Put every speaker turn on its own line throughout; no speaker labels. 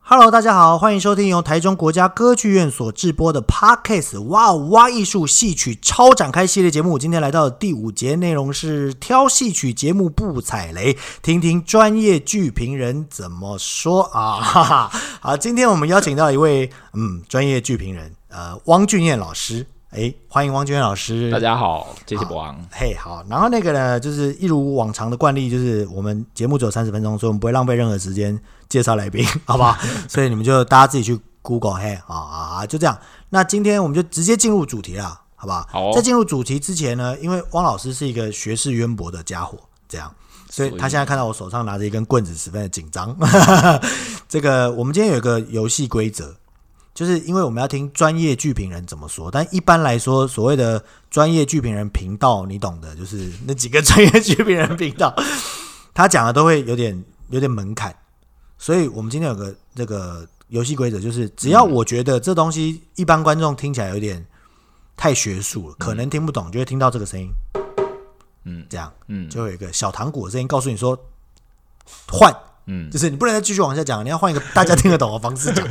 Hello，大家好，欢迎收听由台中国家歌剧院所制播的 Podcast《哇哦哇艺术戏曲超展开》系列节目。今天来到的第五节，内容是挑戏曲节目不踩雷，听听专业剧评人怎么说啊！ 哈哈，好，今天我们邀请到一位嗯专业剧评人，呃，汪俊彦老师。哎，欢迎汪俊彦老师，
大家好，这是博昂。
嘿，好，然后那个呢，就是一如往常的惯例，就是我们节目只有三十分钟，所以我们不会浪费任何时间介绍来宾，好 不好？所以你们就大家自己去 Google 嘿啊啊，就这样。那今天我们就直接进入主题啦，好不好？
好哦
在进入主题之前呢，因为汪老师是一个学识渊博的家伙，这样，所以
所以
他现在看到我手上拿着一根棍子，十分的紧张。 这个我们今天有一个游戏规则，就是因为我们要听专业剧评人怎么说，但一般来说，所谓的专业剧评人频道，你懂的，就是那几个专业剧评人频道，他讲的都会有点有点门槛，所以我们今天有个这个游戏规则，就是只要我觉得这东西一般观众听起来有点太学术了，可能听不懂，就会听到这个声音，
嗯，
这样，
嗯
就会有一个小糖果的声音告诉你说换，
嗯，
就是你不能再继续往下讲，你要换一个大家听得懂的方式 讲，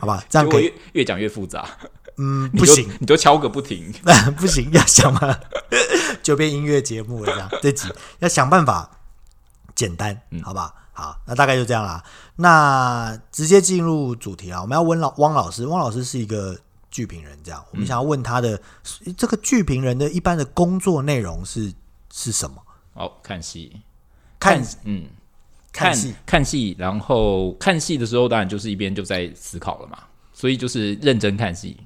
好吧？这样可
结果
以。
越越讲越复杂，
嗯，
你
不
就
行，，
你就敲个不停。
不行，要想办法，就变音乐节目了这样。这集要想办法简单，
嗯
好吧？好，那大概就这样啦。那直接进入主题啊，我们要问老汪老师，汪老师是一个剧评人，
嗯
这样我们想要问他的、这个剧评人的一般的工作内容是是什么？
哦，看戏，
看
嗯，
看戏，
看戏，然后看戏的时候，当然就是一边就在思考了嘛，所以就是认真看戏，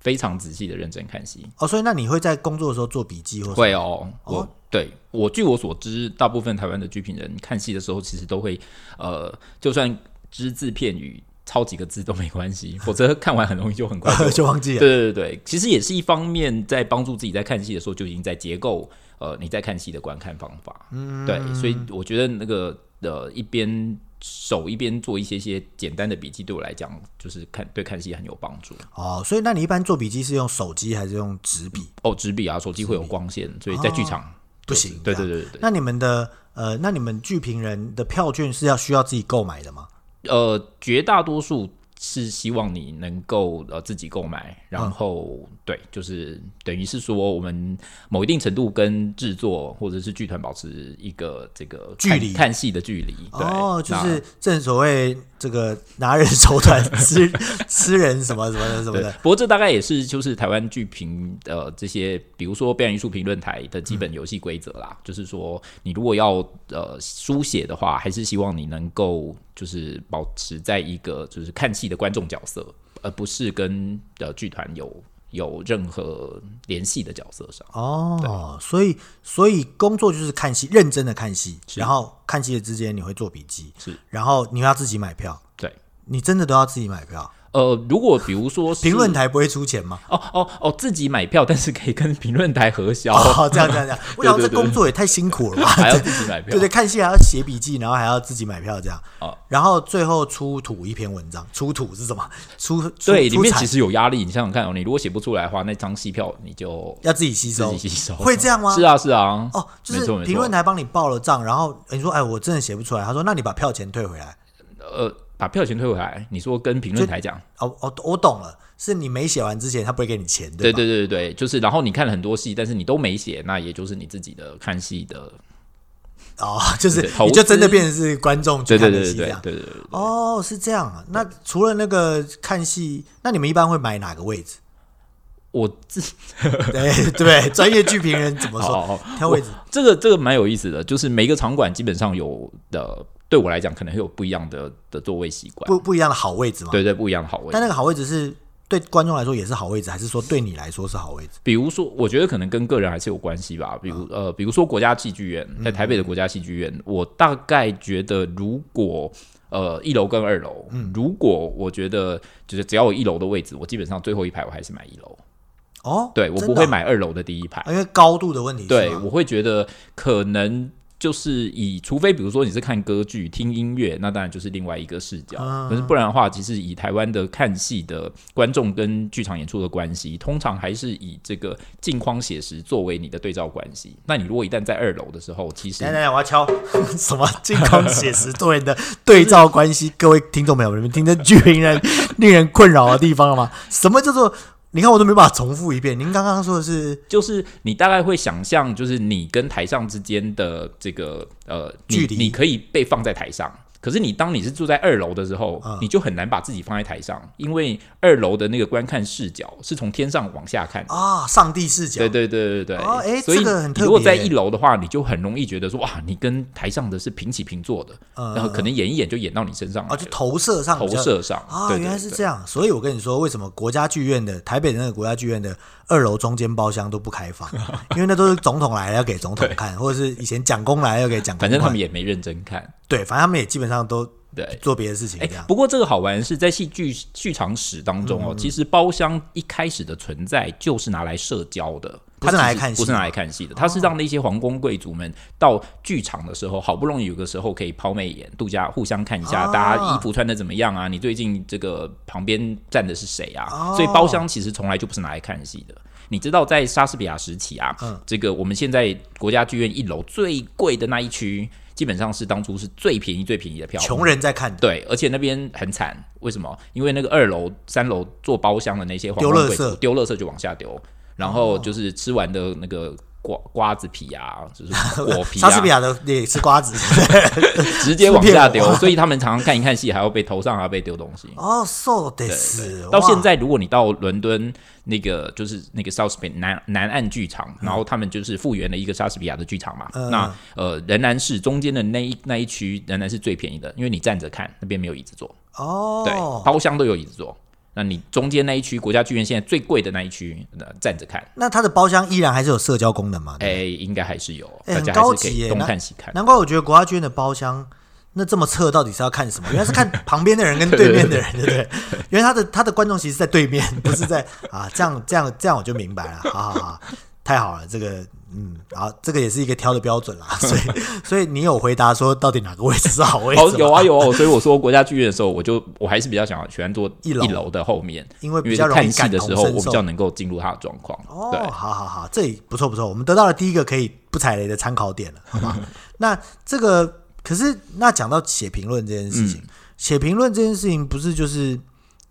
非常仔细的认真看戏。
哦，所以那你会在工作的时候做笔记或什么
会哦，我
哦
对我据我所知，大部分台湾的剧评人看戏的时候，其实都会呃，就算只字片语。抄几个字都没关系，否则看完很容易就很快就
就忘记了？
对对对，其实也是一方面在帮助自己在看戏的时候就已经在结构呃你在看戏的观看方法，嗯，对，所以我觉得那个呃一边手一边做一些些简单的笔记，对我来讲就是看对看戏很有帮助。
哦，所以那你一般做笔记是用手机还是用纸笔？
哦，纸笔啊，啊手机会有光线，所以在剧场、
不
就是
行
对
这
对
样
对对
那你们的呃，那你们剧评人的票券是要需要自己购买的吗？
对，呃，绝大多数。是希望你能够呃自己购买，然后、对，就是等于是说我们某一定程度跟制作或者是剧团保持一个这个
距
看
离
看戏的距离。对
哦，就
那
是正所谓这个拿人手 短，吃吃人什么什么的什么
对
的。，
不过这大概也是就是台湾剧评呃这些，比如说表演艺术评论台的基本游戏规则啦，就是说你如果要呃书写的话，还是希望你能够就是保持在一个就是看戏的观众角色，而不是跟呃剧团有有任何联系的角色上。
哦，所以所以工作就是看戏，认真的看戏，然后看戏的之间你会做笔记，
是，
然后你要自己买票，
对，
你真的都要自己买票。
呃，如果比如说是
评论台不会出钱吗？
哦哦哦，自己买票，但是可以跟评论台核销，
哦，这样这样这样，我想
对
这
对对
工作也太辛苦了吧？
还要自己买 票。
对对，看戏还要写笔记，然后还要自己买票这样。
哦
然后最后出土一篇文章，出土是什么？出出
对，
出
里面
产
其实有压力。你想想看哦，你如果写不出来的话，那张戏票你就
要自己吸
自
收，
己吸收。
会这样吗？
是啊，是啊。
哦，就
没
是
错没错
评论台帮你报了账，然后你说哎，我真的写不出来，他说那你把票钱退回来。
呃，把票钱退回来。你说跟评论台讲，
哦哦，我懂了，是你没写完之前他不会给你钱，
对
吧？
对对对对，就是然后你看了很多戏，但是你都没写，那也就是你自己的看戏的，
哦，就是
对投
你就真的
资
变成是观众去
对对
看
对
的
对
戏这
对
样。
对对。对
哦，是这样啊。那除了那个看戏，那你们一般会买哪个位 置？
我自
对对，专业剧评人怎么说？
哦，
挑位置
这个这个蛮有意思的，就是每一个场馆基本上有的，对我来讲可能会有不一样的的座位习惯，
不不一样的好位置吗？
对对不一样的好位置
但。那个好位置是对观众来说也是好位置，还是说对你来说是好位置？
比如说，我觉得可能跟个人还是有关系吧。比如
嗯
呃，比如说国家戏剧院，在台北的国家戏剧院，我大概觉得，如果呃一楼跟二楼，
嗯
如果我觉得就是只要有一楼的位置，我基本上最后一排我还是买一楼。
哦，
对我
真
不
的
会
啊、
买二楼的第一排
啊，因为高度的问题。
对
是吗
我会觉得可能。就是以，除非比如说你是看歌剧、听音乐，那当然就是另外一个视角。
啊
可是不然的话，其实以台湾的看戏的观众跟剧场演出的关系，通常还是以这个镜框写实作为你的对照关系。那你如果一旦在二楼的时候，其实
等一下等一下，我要敲 什么健康写实作为你的对照关系？各位听众朋友们，你们听这剧评人令人困扰的地方了吗？什么叫做？你看我都没办法重复一遍。您刚刚说的是
就是你大概会想象，就是你跟台上之间的这个呃你
距离
你可以被放在台上。可是你当你是住在二楼的时候，
啊
你就很难把自己放在台上，因为二楼的那个观看视角是从天上往下看。
啊，上帝视角
对对对对对，
哦诶
所以
这个很特别
你如果在一楼的话，你就很容易觉得说哇，你跟台上的是平起平坐的，然后可能演一演就演到你身上来
啊，
了，
呃就投射上
投
比较
射上
啊，
对对
原来是
对
这样。所以我跟你说，为什么国家剧院的台北的那个国家剧院的二楼中间包厢都不开 放，因为那都是总统来了要给总统看，或者是以前蒋公来了要给蒋公看。
反正他们也没认真看，
对，反正他们也基本上都
对。
做别的事情
哎、
这样。
不过这个好玩的是在戏剧剧场史当中哦，
嗯
其实包厢一开始的存在就是拿来社交的。
不是
它
拿来
其实
看戏
不是拿来看戏的，它是让那些皇宫贵族们到剧场的时候，好不容易有个时候可以抛媚眼、度假，互相看一下，
哦
大家衣服穿的怎么样啊？你最近这个旁边站的是谁啊？
哦
所以包厢其实从来就不是拿来看戏的。你知道，在莎士比亚时期啊，
嗯
这个我们现在国家剧院一楼最贵的那一区，基本上是当初是最便宜、最便宜的票，
穷人在看的，
对，而且那边很惨，为什么？因为那个二楼、三楼做包厢的那些皇
丢
宫
垃
贵族
圾
丢垃圾就往下丢，然后就是吃完的那个瓜瓜子皮啊，就是果皮
莎士比亚
啊，
的也吃瓜 子
直接往下
吃遍
丢
我，
所以他们常常看一看戏还要被头上还要被丢东 西。
哦，瘦得
对
死
对。到现在，如果你到伦敦那个就是那个 South Bank 南南岸剧场，然后他们就是复原了一个莎士比亚的剧场嘛，
嗯
那呃仍然是中间的那一那一区仍然是最便宜的，因为你站着看，那边没有椅子坐。
哇哦，
对，包厢都有椅子坐。那你中间那一区，国家剧院现在最贵的那一区，呃，站着看，
那它的包厢依然还是有社交功能嘛？
哎、
对
应该还是有，哦
哎
大
很
家
高
还是可
级耶
以东看西看。
难怪我觉得国家剧院的包厢那这么侧，到底是要看什么？原来是看旁边的 人跟
对对
对面的人，对不对？原来他的他的观众其实在对面，不是在啊，这样这样这样我就明白了，好好好，太好了，这个。嗯，好，这个也是一个挑的标准啦，所以，所以你有回答说到底哪个位置是好位置
哦
吗？，
有啊有啊，所以我说国家剧院的时候，我就我还是比较想喜欢坐
一
一
楼
楼的后面，
因为
因
比
为
较容易
看戏
感
的
同
时候，
身
我比
受。
较能够进入他的状况。
哦，
对，
好好好，这里不错不错，我们得到了第一个可以不踩雷的参考点了，好 吧？那这个可是那讲到写评论这件事
嗯
情，写评论这件事情不是就是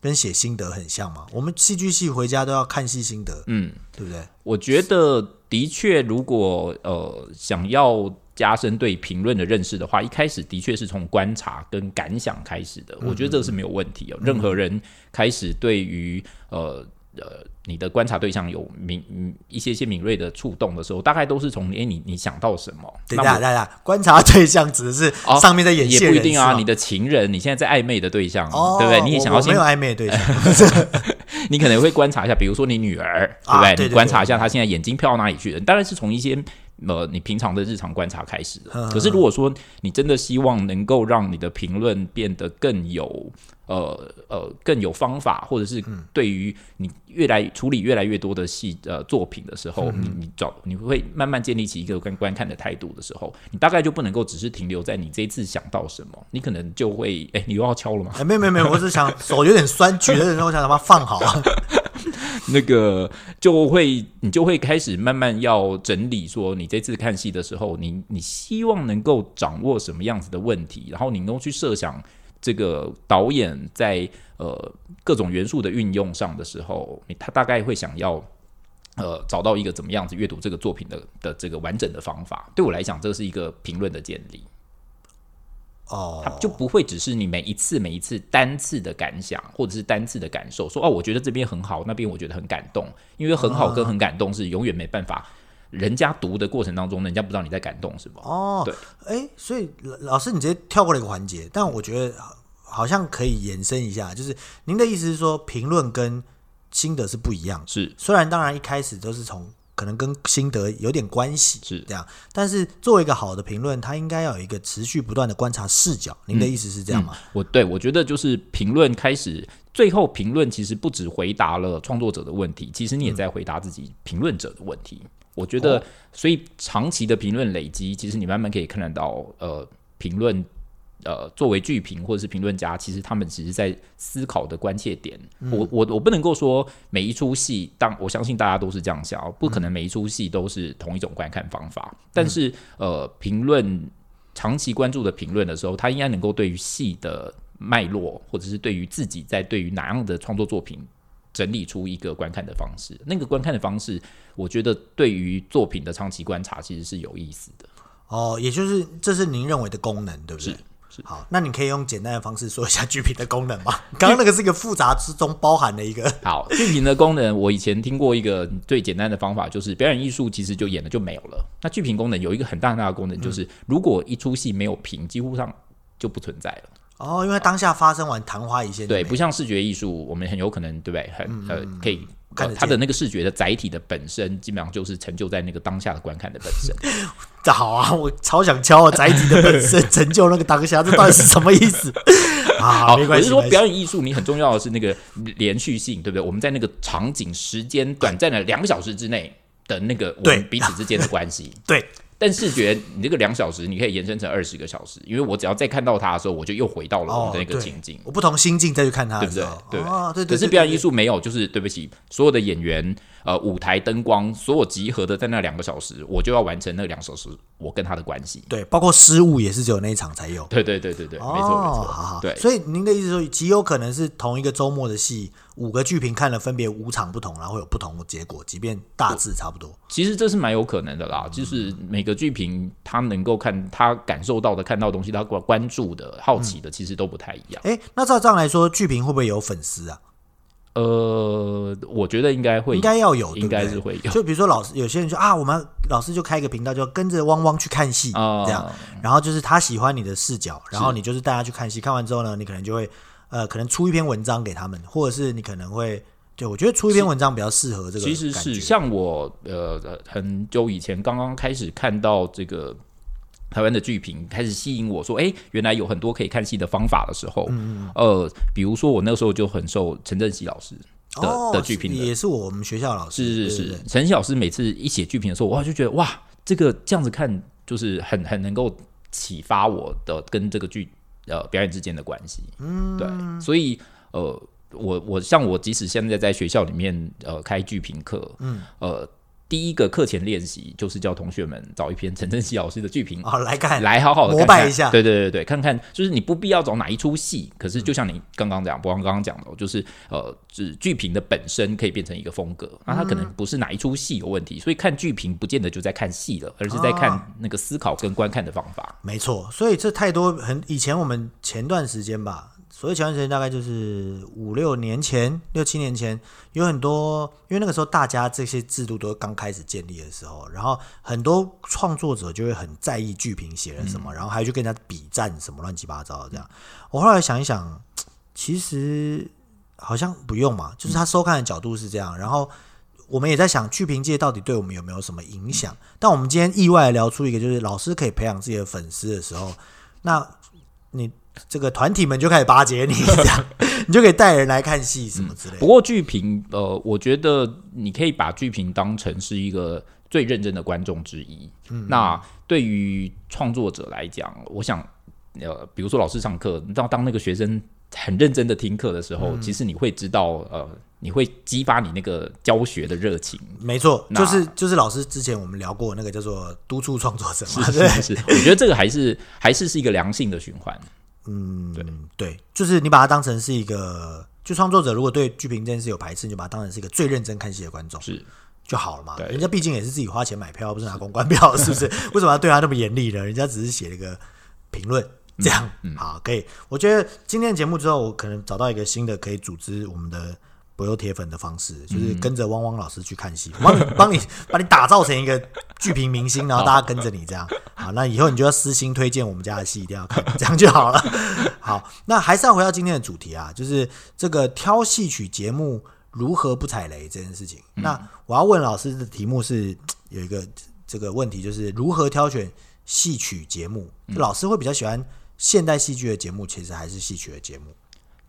跟写心得很像吗？我们戏剧系回家都要看戏心得，
嗯，
对不对？
我觉得的确，如果呃想要加深对评论的认识的话，一开始的确是从观察跟感想开始的。
嗯
我觉得这个是没有问题哦。任何人开始对于呃。呃，你的观察对象有敏嗯一些些敏锐的触动的时候，大概都是从诶、你你想到什么？
等一
那
下，
我
等一下，观察对象指的是
哦
上面在演戏
也
的
不
人、
一定
是
啊，
吗
你的情人，你现在在暧昧的对象，
哦，
对不对？你也想要
我我
先
没有暧昧对象，
你可能会观察一下，比如说你女儿，
啊
对不对？
对对
你观察一下她现在眼睛飘到哪里去了，当然是从一些呃你平常的日常观察开始的。可是如果说你真的希望能够让你的评论变得更有呃呃更有方法，或者是对于你越来处理越来越多的戏呃作品的时候，你你找你会慢慢建立起一个观观看的态度的时候，你大概就不能够只是停留在你这一次想到什么，你可能就会哎，你又要敲了吗？
哎，没有没有没有，我只是想手有点酸，举的时候我想把它放 好啊。
那个就会你就会开始慢慢要整理，说你这次看戏的时候，你你希望能够掌握什么样子的问题，然后你能够去设想这个导演在呃各种元素的运用上的时候，你他大概会想要。呃，找到一个怎么样子阅读这个作品的的这个完整的方法，对我来讲，这是一个评论的建立，它
哦，
就不会只是你每一次每一次单次的感想或者是单次的感受，说哦，我觉得这边很好，那边我觉得很感动，因为很好跟很感动是永远没办法，人家读的过程当中，人家不知道你在感动什么。
哦，
对，
哎，所以老老师你直接跳过了一个环节，但我觉得好好像可以延伸一下，就是您的意思是说，评论跟心得是不一样的，
是
虽然当然一开始都是从可能跟心得有点关系，
是
这样。但是作为一个好的评论，它应该要有一个持续不断的观察视角。您的意思是这样吗？
我对我觉得就是评论开始，最后评论其实不只回答了创作者的问题，其实你也在回答自己评论者的问题。我觉得，所以长期的评论累积，其实你慢慢可以看得到，呃，评论。呃，作为剧评或者是评论家，其实他们只是在思考的关切点。我我我不能够说每一出戏，当我相信大家都是这样想哦，不可能每一出戏都是同一种观看方法。但是呃，评论长期关注的评论的时候，他应该能够对于戏的脉络，或者是对于自己在对于哪样的创作作品整理出一个观看的方式。那个观看的方式，我觉得对于作品的长期观察其实是有意思的。
哦，也就是这是您认为的功能，对不对？好，那你可以用简单的方式说一下剧评的功能吗？刚刚那个是一个复杂之中包含的一个
好， 剧评的功能，我以前听过一个最简单的方法，就是表演艺术其实就演了就没有了。那剧评功能有一个很大很大的功能，就是如果一出戏没有评，几乎上就不存在了。
哦，因为当下发生完昙花一现就没
对，
了，
不像视觉艺术，我们很有可能对不对？很呃，可以。
嗯看得
呃它的那个视觉的载体的本身，基本上就是成就在那个当下的观看的本 身。
这好啊，我超想敲我宅邸的本身成就那个当下，这到底是什么意 思？啊，
好，
没
我
关
是
系，
说
没关系
表演艺术，你很重要的是那个连续性，对不对？我们在那个场景、时间短暂的两个小时之内的那个我
对
们彼此之间的 关系。
对，
但视觉，你这个两小时，你可以延伸成二十个小时，因为我只要再看到它的时候，我就又回到了
哦
我们，的那个
对
情境。
我不同心境再去看它的
对不
时
对
候，？
对不
哦，对对。
可是
对
表演艺，术没有，就是对不起，所有的演员、呃，舞台、灯光，所有集合的在那两个小时，我就要完成那两小时我跟他的关系。
对对，包括失误也是只有那一场才有。
对对对对对，
哦，
没错没
好好
错，对。
所以您的意思说，极有可能是同一个周末的戏，五个剧评看了分别五场不同，然后会有不同的结果，即便大致差不多。
其实这是蛮有可能的啦，就是每个剧评他能够看他感受到的、看到的东西，他关关注的、好奇
嗯
的，其实都不太一样。
哎，那照这样来说，剧评会不会有粉丝啊？
呃，我觉得应该会，
应该要有，
应该
对不
是
对
会有
就比如说老师，有些人说啊，我们老师就开一个频道，就跟着汪汪去看戏、
啊
这样，然后就是他喜欢你的视角，然后你就是带他去看戏，看完之后呢，你可能就会呃，可能出一篇文章给他们，或者是你可能会，对我觉得出一篇文章比较适合这个
其
感觉，
实哦是像我呃呃很久以前刚刚开始看到这个台湾的剧评，开始吸引我说，哎、原来有很多可以看戏的方法的时候，
嗯
呃，比如说我那时候就很受陈振熙老师的、
哦
的剧评的
也是我们学校老师，
是是
对对
是
对，
陈曦老师每次一写剧评的时候，哇，就觉得哇，这个这样子看就是很很能够启发我的跟这个剧呃表演之间的关系。嗯，对，所以呃，我我像我即使现在在学校里面呃开剧评课，嗯，呃，第一个课前练习就是叫同学们找一篇陈振熙老师的剧评
哦，来 看
来好好的
膜拜一下
对对对对，看看就是你不必要找哪一出戏，可是就像你刚刚讲，博王刚刚讲的哦，就是呃，只剧评的本身可以变成一个风格，那它可
嗯
能不是哪一出戏有问题，所以看剧评不见得就在看戏了，而是在
啊
看那个思考跟观看的方法。
没错，所以这太多很以前我们前段时间吧，所谓前段时间大概就是五六年前、六七年前，有很多因为那个时候大家这些制度都刚开始建立的时候，然后很多创作者就会很在意剧评写了什么，然后还去跟人家比战什么乱七八糟的这样。我后来想一想，其实好像不用嘛，就是他收看的角度是这
嗯
样，然后。我们也在想剧评界到底对我们有没有什么影响。但我们今天意外地聊出一个，就是老师可以培养自己的粉丝的时候，那你这个团体们就开始巴结你，这 样你就可以带人来看戏什么之类
不
的。
过剧评，呃，我觉得你可以把剧评当成是一个最认真的观众之一。那对于创作者来讲，我想，呃，比如说老师上课，当当那个学生很认真的听课的时候，其实你会知道，呃，你会激发你那个教学的热情。
没错，
那
就是就是老师之前我们聊过那个叫做督促创作者
是
嘛，
是是，我觉得这个还是还是是一个良性的循环。
嗯，对，就是你把它当成是一个，就创作者如果对剧评这件事有排斥，你就把它当成是一个最认真看戏的观众
是
就好了嘛。
对
人家毕竟也是自己花钱买票，不是拿公关票，是不是？为什么要对他那么严厉呢？人家只是写了一个评论。这样、好，可以。我觉得今天的节目之后，我可能找到一个新的可以组织我们的博友铁粉的方式，就是跟着汪汪老师去看戏，我帮你帮你把你打造成一个剧评明星，然后大家跟着你这样。好，那以后你就要私心推荐我们家的戏，一定要看，这样 就好了。好，那还是要回到今天的主题啊，就是这个挑戏曲节目如何不踩雷这件事情。
嗯
那我要问老师的题目是有一个这个问题，就是如何挑选戏曲节目？
嗯
老师会比较喜欢现代戏剧的节目，其实还是戏曲的节目。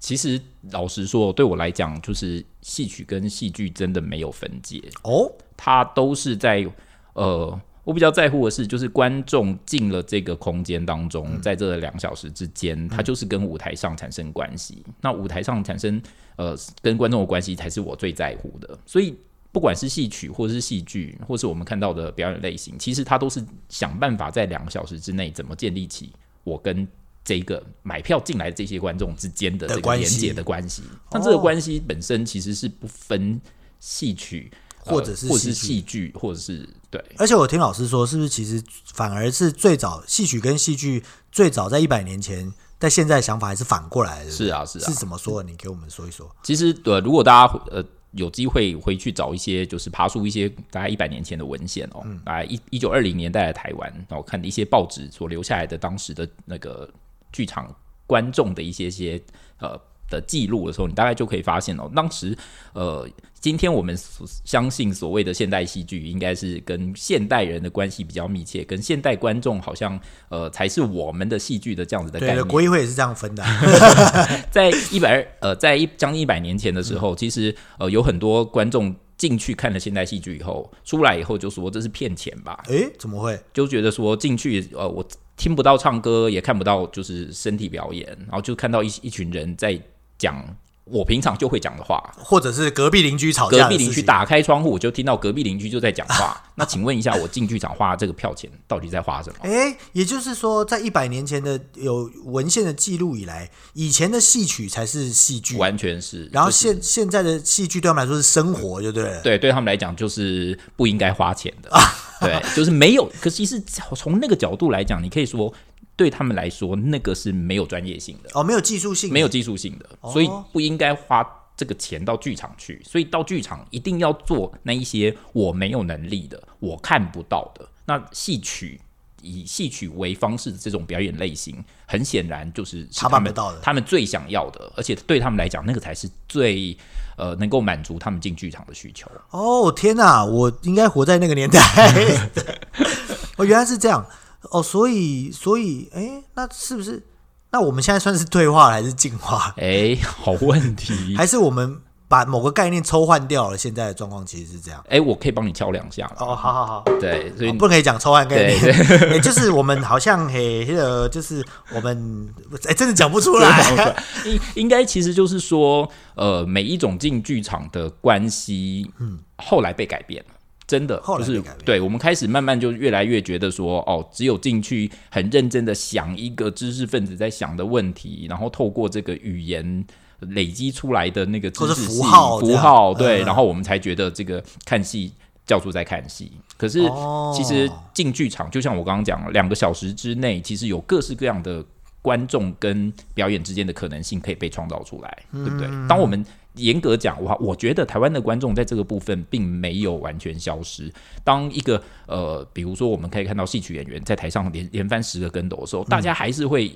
其实老实说，对我来讲，就是戏曲跟戏剧真的没有分界，
哦，
它都是在呃，我比较在乎的是，就是观众进了这个空间当中，
嗯
在这两小时之间，它就是跟舞台上产生关系。那舞台上产生呃跟观众的关系，才是我最在乎的。所以。不管是戏曲，或是戏剧，或是我们看到的表演类型，其实它都是想办法在两个小时之内，怎么建立起我跟这个买票进来的这些观众之间的
的
这个
关
连
系
接的关系。那这个关系本身其实是不分戏曲，呃
或者是
或者是
戏
戏剧，或者是对，
而且我听老师说，是不是其实反而是最早戏曲跟戏剧最早在一百年前，在现在想法还是反过来的？
是啊是啊
是怎么说的？你给我们说一说。
其实呃，如果大家呃有机会回去找一些，就是爬书一些大概一百年前的文献哦，大概一一九二零年代的台湾，然后看一些报纸所留下来的当时的那个剧场观众的一些些呃。的记录的时候，你大概就可以发现哦，当时，呃，今天我们所相信所谓的现代戏剧，应该是跟现代人的关系比较密切，跟现代观众好像，呃，才是我们的戏剧的这样子的概
对
念
对，。国议会也是这样分的啊、
在一百呃，在一将近一百年前的时候，其实呃有很多观众进去看了现代戏剧以后，出来以后就说这是骗钱吧，
诶，怎么会？
就觉得说进去呃我听不到唱歌，也看不到就是身体表演，然后就看到一一群人在讲我平常就会讲的话。
或者是隔壁邻居吵架？
隔壁邻居，打开窗户，我就听到隔壁邻居就在讲话。那请问一下，我进剧场花这个票钱到底在花什么？
诶，也就是说，在一百年前的有文献的记录以来，以前的戏曲才是戏剧，
完全是。
然后
就是
现现在的戏剧对他们来说是生活，就对了。
对，对他们来讲就是不应该花钱的，对，就是没有。可其实从那个角度来讲，你可以说对他们来说，那个是没有专业性的，
哦，没有技术性，
没有技术性的，所以
哦
不应该花这个钱到剧场去。所以到剧场一定要做那一些我没有能力的、我看不到的。那戏曲以戏曲为方式的这种表演类型，很显然就是是
他
他
办不
们
到的
他们最想要的，而且对他们来讲，那个才是最呃能够满足他们进剧场的需求。
哦，天哪、我应该活在那个年代。 哦，原来是这样。哦，所以，所以，哎，那是不是？那我们现在算是退化了还是进 化？
哎，好问题。
还是我们把某个概念抽换掉了？现在的状况其实是这样。
哎，我可以帮你敲两下吗？
哦，好好好。
对，所以
哦
你
不可以讲抽换概念，
对
也就是我们好像嘿，那个就是我们哎，真的讲不出来。
应应该其实就是说，呃，每一种进剧场的关系，嗯，后来被改变了。真的，
后来
就
被
是
改变
对我们开始慢慢就越来越觉得说，哦，只有进去很认真的想一个知识分子在想的问题，然后透过这个语言累积出来的那个知
或者
识
符
性
号这
符
样
号，对，
嗯
然后我们才觉得这个看戏叫做在看戏。可是
哦
其实进剧场，就像我刚刚讲，两个小时之内，其实有各式各样的观众跟表演之间的可能性可以被创造出来，对不对？当我们严格讲，哇，我觉得台湾的观众在这个部分并没有完全消失。当一个呃，比如说我们可以看到戏曲演员在台上连连翻十个跟斗的时候，大家还是会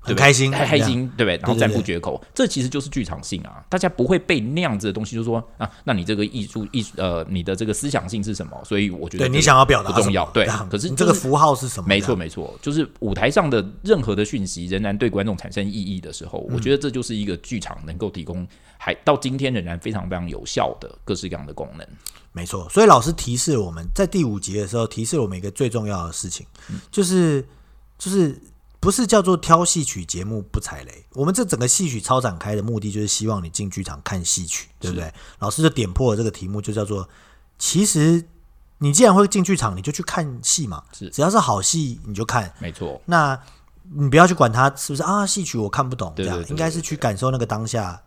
很开心，
开开心，对不对？然后赞
对
不
对
绝口，这其实就是剧场性啊！大家不会被那样子的东西，就说啊，那你这个艺术艺术呃，你的这个思想性是什么？所以我
这
觉得
样。对
这个
你想要表达
不重要
什么
对
这样
可是
你这
就
个
是
符号是什么？
没错，没错，就是舞台上的任何的讯息仍然对观众产生意义的时候，
嗯
我觉得这就是一个剧场能够提供还到今天仍然非常非常有效的各式各样的功能。
没错，所以老师提示我们在第五集的时候提示我们一个最重要的事情，
嗯
就是就是不是叫做挑戏曲节目不踩雷。我们这整个戏曲超展开的目的就是希望你进剧场看戏曲，对不对？老师就点破了这个题目，就叫做其实你既然会进剧场，你就去看戏嘛，
是
只要是好戏你就看，
没错，
那你不要去管它是不是啊戏曲我看不懂这
对对
样
对，对
应该是去感受那个当下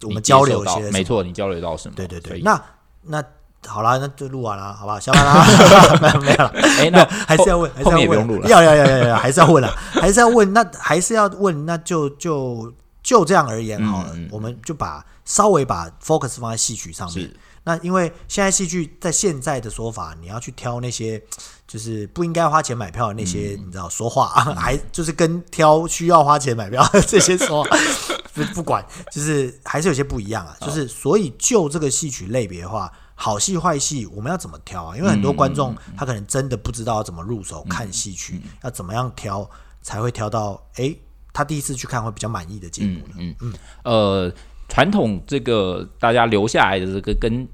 我
你
们
接
交
受
流一
到
些什么
没错，你交流到什么？
对对对，
所以
那那好啦，那就录完了，好吧，下班 啦，没有没有了，
哎， 那
还是要问，还是
后后
要
面也不用
问，
录了。
要要要要要，还是要问了，还是要问，那还是要问，那就就就这样而言好了，
嗯嗯
我们就把稍微把 focus 放在戏曲上面
是。
那因为现在戏剧在现在的说法，你要去挑那些就是不应该花钱买票
嗯
的那些，你知道说话，还就是跟挑需要花钱买票 这些说话不不管，就是还是有些不一样啊。就是所以就这个戏曲类别的话，好戏坏戏我们要怎么挑啊？因为很多观
嗯
众他可能真的不知道要怎么入手看戏曲，要怎么样挑才会挑到诶，他第一次去看会比较满意的节目
嗯
呢？
呃，传统这个大家留下来的这个跟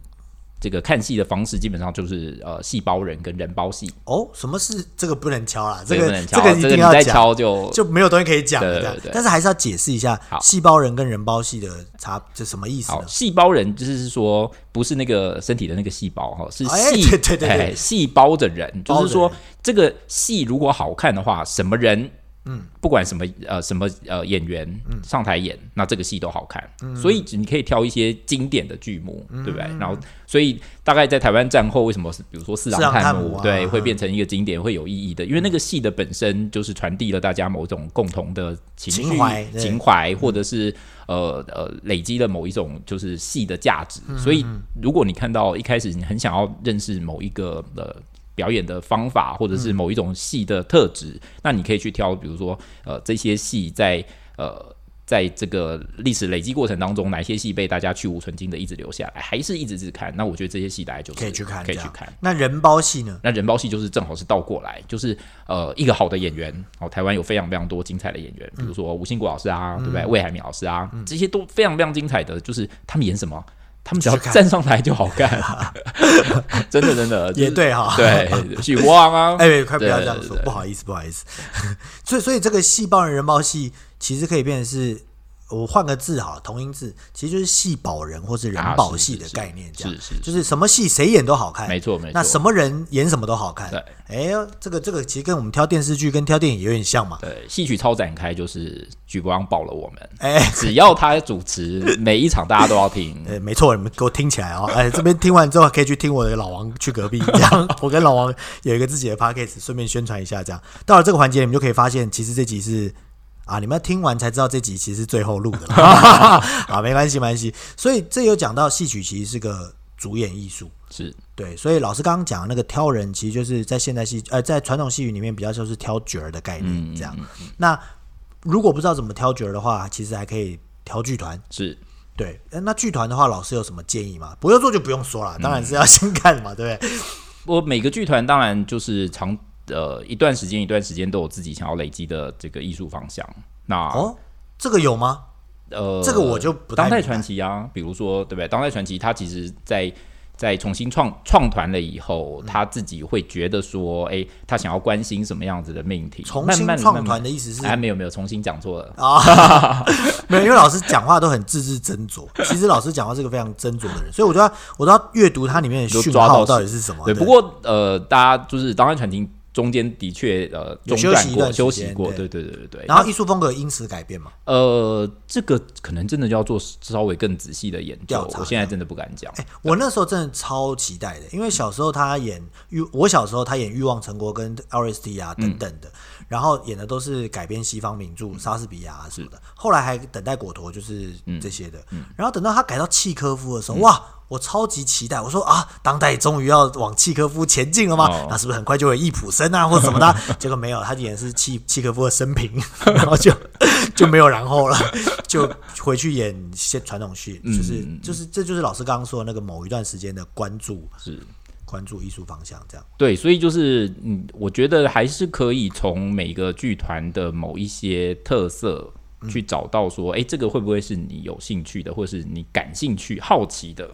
这个看戏的方式，基本上就是呃戏包人跟人包戏，
哦，什么是这个不能敲啦？
这
个
不能
这
敲，
个一
这
定
你
要
再
讲，
敲就
就没有东西可以讲了
对
这样
对对
但是还是要解释一下
好
细胞人跟人包细的差，这什么意思
好。
呢？
细胞人就是说不是那个身体的那个细胞哈，是
哎
细
对对对对
哎细胞的人，
包的
就
人
是说这个戏如果好看的话，什么人。嗯，不管什么呃什么呃演员
嗯
上台演，那这个戏都好看，所以你可以挑一些经典的剧目，对不对？然后，所以大概在台湾战后，为什么是比如说
四
四
郎
郎
探
探
母啊
对
嗯
会变成一个经典，会有意义的？因为那个戏的本身就是传递了大家某种共同的情绪
情怀对嗯
情怀，或者是呃呃累积了某一种就是戏的价值。
嗯
所以，如果你看到一开始你很想要认识某一个呃表演的方法，或者
嗯
是某一种戏的特质，那你可以去挑，比如说呃这些戏在呃。在这个历史累积过程当中，哪些戏被大家去无存菁的一直留下来，还是一直一直看？那我觉得这些戏大家就是
可以去看，
可以
这
去
样
看。。
那人包戏呢？
那人包戏就是正好是倒过来，就是呃一个好的演员，哦，台湾有非常非常多精彩的演员，比如说吴兴国老师啊，对不
嗯
对？魏海敏老师啊，这些都非常非常精彩的，就是他们演什么，他们只要
去看
站上台就好 看，真的真的
也。对哈，
就是 对，许光啊，
哎、快不要这样
对
说
对，对
不好意思，不好意思。 所以，所以这个细胞人人包戏其实可以变成是，我换个字好了，同音字，其实就是戏保人或是人
啊
保
是
戏
是
的
是
概念，这样
是是是
就是什么戏谁演都好看，
没错没错
那什么人演什么都好看，
对
哎、这个这个其实跟我们挑电视剧跟挑电影有点像嘛，
对，戏曲超展开就是许光爆了我们，
哎、
只要他主持，每一场大家都要听。
呃，没错，你们给我听起来哦。 哎，这边听完之后可以去听我的老王去隔壁，这样我跟 老王有一个自己的 podcast，顺便宣传一下。这样到了这个环节，你们就可以发现，其实这集是啊，你们要听完才知道这集其实是最后录的啦。 啊，没关系，没关系。所以这有讲到戏曲其实是个主演艺术，
是
对。所以老师刚刚讲的那个挑人，其实就是在现代戏呃，在传统戏曲里面比较就是挑角儿的概念，这样。那如果不知道怎么挑角儿的话，其实还可以挑剧团。
是，
对，呃那剧团的话，老师有什么建议吗？不要做就不用说
嗯
了，当然是要先看嘛，对不对？
我每个剧团当然就是长呃一段时间一段时间都有自己想要累积的这个艺术方向。那、
哦，这个有吗？
呃，
这个我就不太
当代
明白
传奇啊，比如说对不对？当代传奇它其实在在重新创创团了以后，他自己会觉得说，哎、他想要关心什么样子的命题？
重新
慢慢
创团的意思是
哎，没有没有，重新讲错了。
啊，没有，因为老师讲话都很字字斟酌。其实老师讲话是个非常斟酌的人，所以我就要我都要阅读它里面的
就
讯
抓
号
到
到底是什么。
对，不过呃，大家就是当代传奇中间的确呃
有
中
休息一
断过，
段
休
时
息
间
过，
对
对对对对对。
然后艺术风格因此改变嘛？
呃，这个可能真的就要做稍微更仔细的研
调
究
查，
我现在真的不敢讲。
哎我那时候真的超期待的，因为小时候他演欲，我小时候他演《欲望成国》跟《LSD》啊等等的，然后演的都是改编西方名著莎士比亚啊什么的。后来还等待果陀，就是这些的。然后等到他改到契科夫的时候，哇！我超级期待，我说啊，当代终于要往契科夫前进了吗？
哦
那是不是很快就有易卜生啊，或者什么的啊？ 结果没有，他演的是契契科夫的生平，然后就就没有然后了，就回去演一些传统戏，
嗯
就是就是这就是老师刚刚说的那个某一段时间的关注
是
关注艺术方向这样。
对，所以就是嗯，我觉得还是可以从每个剧团的某一些特色去找到说，哎、这个会不会是你有兴趣的，或是你感兴趣、好奇的，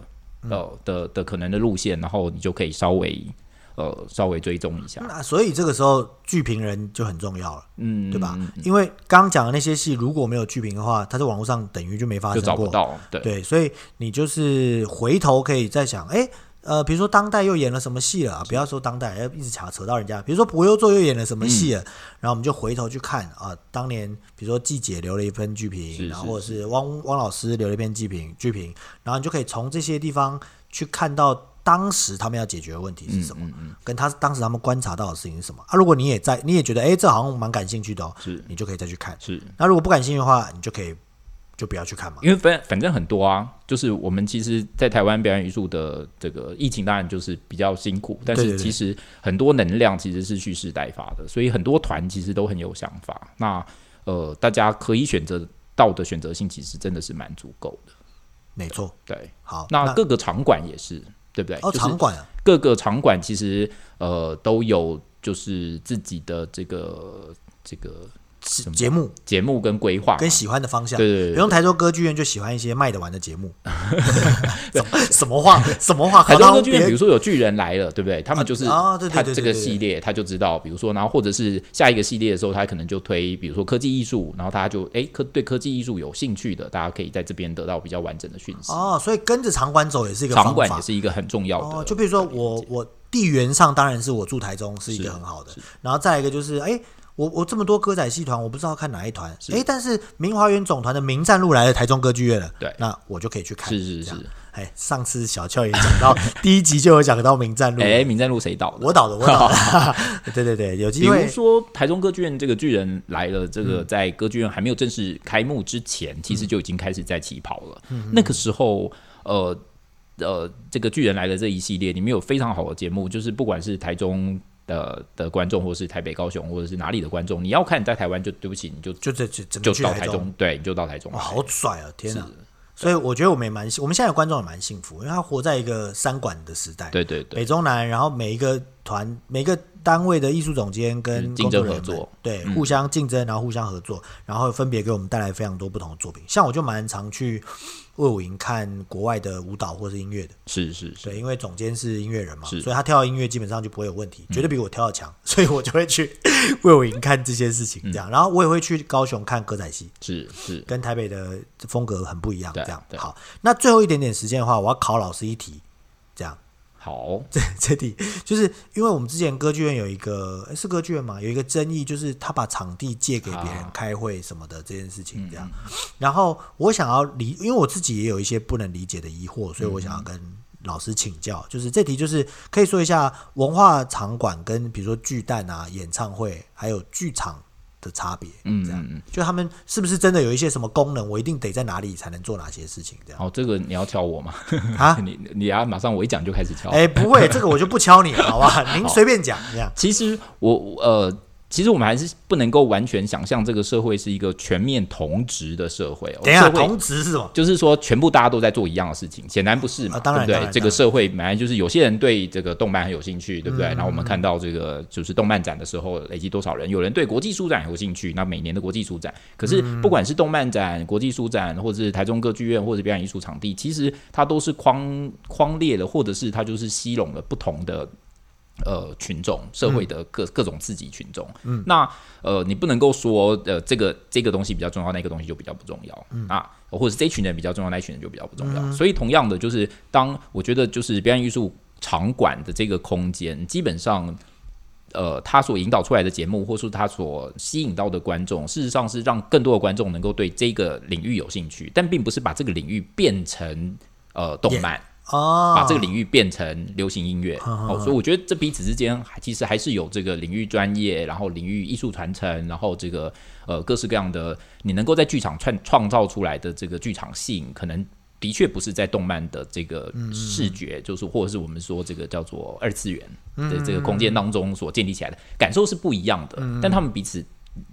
嗯
呃的的可能的路线，然后你就可以稍微呃稍微追踪一下。
那所以这个时候剧评人就很重要了，
嗯，
对吧？因为刚刚讲的那些戏如果没有剧评的话，它在网络上等于就没发
就
生
找不
过。
到，对，
对，所以你就是回头可以再想，哎，呃，比如说当代又演了什么戏了啊？不要说当代，要一直扯扯到人家。比如说博优座又演了什
嗯
么戏了，然后我们就回头去看啊，当年比如说季姐留了一篇剧评，
是
然后
是
或者是汪汪老师留了一篇剧评剧评，然后你就可以从这些地方去看到。当时他们要解决的问题是什么？
嗯
跟他当时他们观察到的事情是什么？啊，如果你也在，你也觉得，哎、这好像蛮感兴趣的哦，
是
你就可以再去看。
是。
那如果不感兴趣的话，你就可以就不要去看嘛。
因为反反正很多啊，就是我们其实，在台湾表演艺术的这个疫情，当然就是比较辛苦，但
对对
是
对
其实很多能量其实是蓄势待发的，所以很多团其实都很有想法。那呃，大家可以选择到的选择性其实真的是蛮足够的。
没错。
对，
好，
那各个场馆也是，对不对？
哦，
就是
场馆啊，
各个场馆其实呃都有就是自己的这个这个
是节目
节目跟规划嘛，
跟喜欢的方向，
啊对对对
不用台州歌剧院就喜欢一些卖得完的节 目。什么什么话？什么话？
台
好
中歌
让
剧院，
别
比如说有巨人来了，对不对？他们就是
啊对对
他
对对
这
对
个
对
系列，他就知道，比如说，然后或者是下一个系列的时候，他可能就推，比如说科技艺术，然后大家就哎科对科技艺术有兴趣的，大家可以在这边得到比较完整的讯息。
哦，所以跟着场馆走也是一个
场
方
馆
法
也。是一个很重要的，
哦，就比如说我我地缘上当然是我住台中是一
是
个很好的，然后再来一个就是哎。我我这么多歌仔戏团，我不知道看哪一团。哎，但是明华园总团的明站路来了台中歌剧院了，
对
那我就可以去看。
是是
这
是
样，哎，上次小俏也讲到 第一集就有讲到明站路，
哎，民站路谁导的？
我导的，我导 的。 对对对，有
比
机
如
会
说台中歌剧院这个巨人来了，这个
嗯
在歌剧院还没有正式开幕之前，其实就已经开始在起跑了。
嗯
那个时候，呃。呃，这个巨人来了这一系列里面有非常好的节目，就是不管是台中的的观众，或是台北、高雄，或者是哪里的观众，你要看你在台湾就对不起，你就
就这这整个
就
去
到
台
台
中，
中，对，你就到台中
哇，
来。
好拽啊！天哪！所以我觉得我们也蛮幸，我们现在的观众也蛮幸福，因为他活在一个三管的时代，
对对对，
北中南，然后每一个团、每个单位的艺术总监跟
竞
工作
争
人员
合作嗯
们对，互相竞争，然后互相合作，然后分别给我们带来非常多不同的作品。像我就蛮常去魏武营看国外的舞蹈或是音乐的，
是是是，
对，因为总监是音乐人嘛，所
是嗯
以他跳音乐基本上就不会有问题，绝对比我跳的强， 所以我就会去 魏武营看这些事
嗯
情，这样，然后我也会去高雄看歌仔戏，
是是，
跟台北的风格很不一样，
对
这样。
对
好，那最后一点点时间的话，我要考老师一题，这样。
好，
这 这题就是因为我们之前歌剧院有一个诶是歌剧院嘛，有一个争议，就是他把场地借给别人
啊
开会什么的这件事情，这样。然后我想要理，因为我自己也有一些不能理解的疑惑，所以我想要跟老师请教，就是这题就是可以说一下文化场馆跟比如说巨蛋啊、演唱会还有剧场的差别，
嗯
这样
嗯嗯
就他们是不是真的有一些什么功能，我一定得在哪里才能做哪些事情这样
好，这个你要敲我吗？？
啊
你你要马上我一讲就开始敲。
哎、不会，这个我就不敲你了，好吧？您随便讲这样。
其实我我呃，其实我们还是不能够完全想象这个社会是一个全面同质的社会哦。
等一下，
社会
同职是什么？
就是说，全部大家都在做一样的事情，显然不是嘛，
啊当然
对不
当
对？
然
这
当
个
然
社会本来就是有些人对这个动漫很有兴趣，对不对？然后我们看到这个就是动漫展的时候，累积多少人？有人对国际书展有兴趣，那每年的国际书展，可是
嗯
不管是动漫展、国际书展，或者是台中歌剧院，或者是表演艺术场地，其实它都是框框列了，或者是它就是吸拢了不同的。呃，群众社会的
嗯
各、各种刺激群众，嗯，那呃，你不能够说呃，这个这个东西比较重要，那个东西就比较不重要、啊，或者是这一群人比较重要，那一群人就比较不重要。所以同样的，就是当我觉得就是表演艺术场馆的这个空间，基本上。呃，它所引导出来的节目，或是它所吸引到的观众，事实上是让更多的观众能够对这个领域有兴趣，但并不是把这个领域变成呃动漫。
哦，
把这个领域变成流行音乐。哦，所以我觉得这彼此之间还其实还是有这个领域专业，然后领域艺术传承，然后这个呃各式各样的，你能够在剧场创创造出来的这个剧场性，可能。的确不是在动漫的这个视觉，就是或者是我们说这个叫做二次元的这个空间当中所建立起来的感受是不一样的，但他们彼此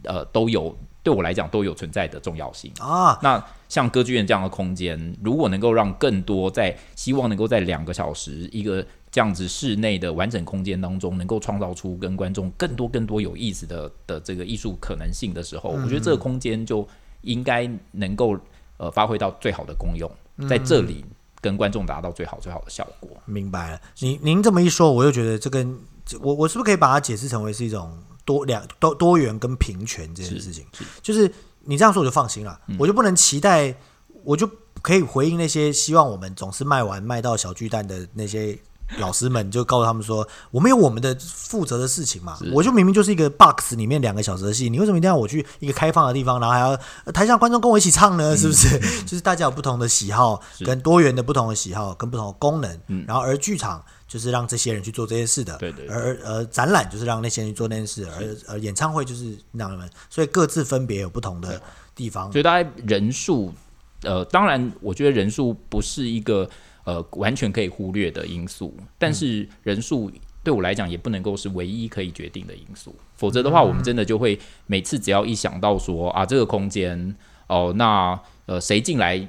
呃都有对我来讲都有存在的重要性。
啊，
那像歌剧院这样的空间，如果能够让更多在希望能够在两个小时一个这样子室内的完整空间当中，能够创造出跟观众更多更多有意思的的这个艺术可能性的时候，我觉得这个空间就应该能够呃发挥到最好的功用，在这里跟观众达到最好最好的效果。
明白了。您您这么一说，我又觉得这跟这我我是不是可以把它解释成为是一种多两多多元跟平权这件事情？就是你这样说我就放心了，我就不能期待，我就可以回应那些希望我们总是卖完卖到小巨蛋的那些。老师们就告诉他们说，我们有我们的负责的事情嘛，我就明明就是一个 box 里面两个小时的戏，你为什么一定要我去一个开放的地方，然后还要呃台下观众跟我一起唱呢？是不是？ 就是大家有不同的喜好，跟多元的不同的喜好，跟不同的功能，然后而剧场就是让这些人去做这些事的，
对对对
而而展览就是让那些人去做那件事，而而演唱会就是让他们，所以各自分别有不同
啊
的地方
所以大概人数，呃，当然，我觉得人数不是一个呃完全可以忽略的因素，但是人数对我来讲也不能够是唯一可以决定的因素，否则的话，我们真的就会每次只要一想到说啊，这个空间。哦，那呃谁进来，对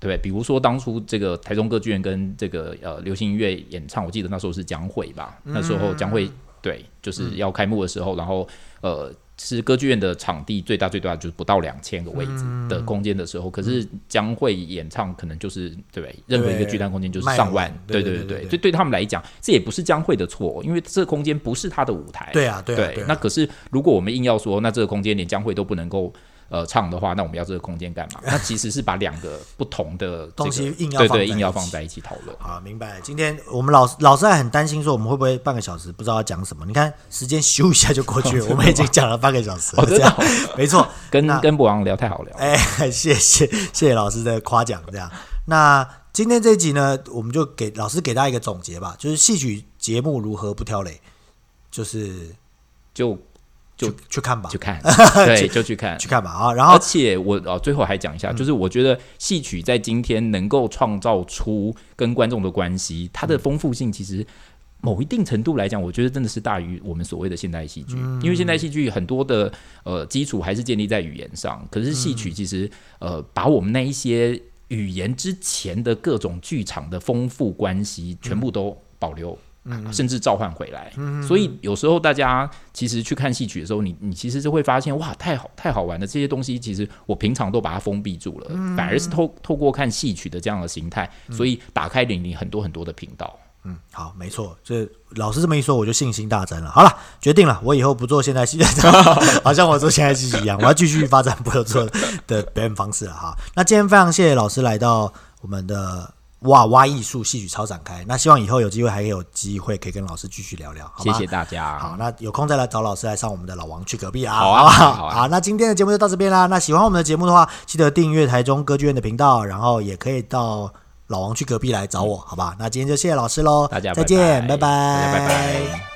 不对？比如说当初这个台中歌剧院跟这个呃流行音乐演唱，我记得那时候是江蕙吧，那时候江蕙对就是要开幕的时候，然后呃。是歌剧院的场地最大最大就是不到两千个位置的空间的时候，可是将会演唱可能就是对不对？任何一个巨蛋空间就是上万
卖完，
对
对
对
对对
对，对他们来讲，这也不是将会的错，因为这个空间不是他的舞台，
对啊，对啊，
对
对啊，
那可是如果我们硬要说，那这个空间连将会都不能够呃唱的话，那我们要这个空间干嘛？那其实是把两个不同的、这个、
东西硬要
对
放在
对
一
硬要
起
放在一起讨论。
好，明白了。今天我们老师老师还很担心说我们会不会半个小时不知道要讲什么？你看时间咻一下就过
哦
去了，我们已经讲了半个小时了，这样没错。
跟
那
跟博王聊太好聊，
哎，谢谢谢谢老师的夸奖，这样。那今天这一集呢，我们就给老师给大家一个总结吧，就是戏曲节目如何不挑雷，就是
就就
去去看吧
去，看，对，就去看
去。看吧啊。然
而
后嗯
且我哦，最后还讲一下，就是我觉得戏曲在今天能够创造出跟观众的关系，它
嗯
的丰富性其实。某一定程度来讲，我觉得真的是大于我们所谓的现代戏剧，
嗯
因为现代戏剧很多的呃基础还是建立在语言上，可是
嗯
戏曲其实、呃把我们那一些语言之前的各种剧场的丰富关系全
嗯
部都保留。甚至召唤回来，所以有时候大家其实去看戏曲的时候，你你其实就会发现，哇，太好太好玩了！这些东西其实我平常都把它封闭住了，
嗯
反而是透透过看戏曲的这样的形态，所以打开了你很多很多的频道。
嗯，好，没错，这老师这么一说，我就信心大增了。好了，决定了，我以后不做现代戏， 好像我做现代戏一样，我要继续发展不合作的表演方式了哈。那今天非常谢谢老师来到我们的哇哇艺术戏曲超展开，那希望以后有机会还有机会可以跟老师继续聊聊，好
谢
吗？
谢大家，
好，那有空再来找老师来上我们的老王去隔壁啊。
好啊
不
好啊好啊
那今天的节目就到这边啦。那喜欢我们的节目的话，记得订阅台中歌剧院的频道，然后也可以到老王去隔壁来找我，好吧？那今天就谢谢老师喽，
大家
再
拜
见，拜
拜大家拜拜。